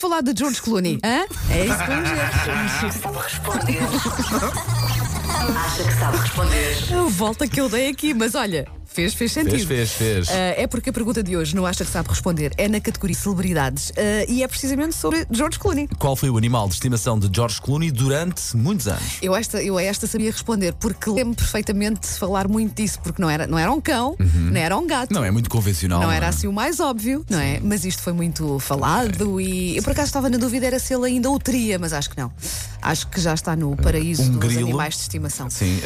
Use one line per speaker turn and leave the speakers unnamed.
Falar de George
Hum.
Clooney, hã? É isso que vamos ver.
Sabe responder. Acha que sabe responder.
A volta que eu dei aqui, mas olha, fez, fez sentido.
Fez, fez, fez.
Ah, é porque a pergunta de hoje, não acha que sabe responder, é na categoria celebridades ah, e é precisamente sobre George Clooney.
Qual foi o animal de estimação de George Clooney durante muitos anos?
Eu, esta, eu a esta sabia responder, porque lembro perfeitamente de falar muito disso, porque não era, não era um cão, não era um gato.
Não é muito convencional.
Não
é?
era assim o mais óbvio, não é? Mas isto foi muito falado e eu por acaso estava na dúvida era se ele ainda o teria, mas acho que não. Acho que já está no paraíso
Um
dos
grilo.
animais de estimação.
Sim,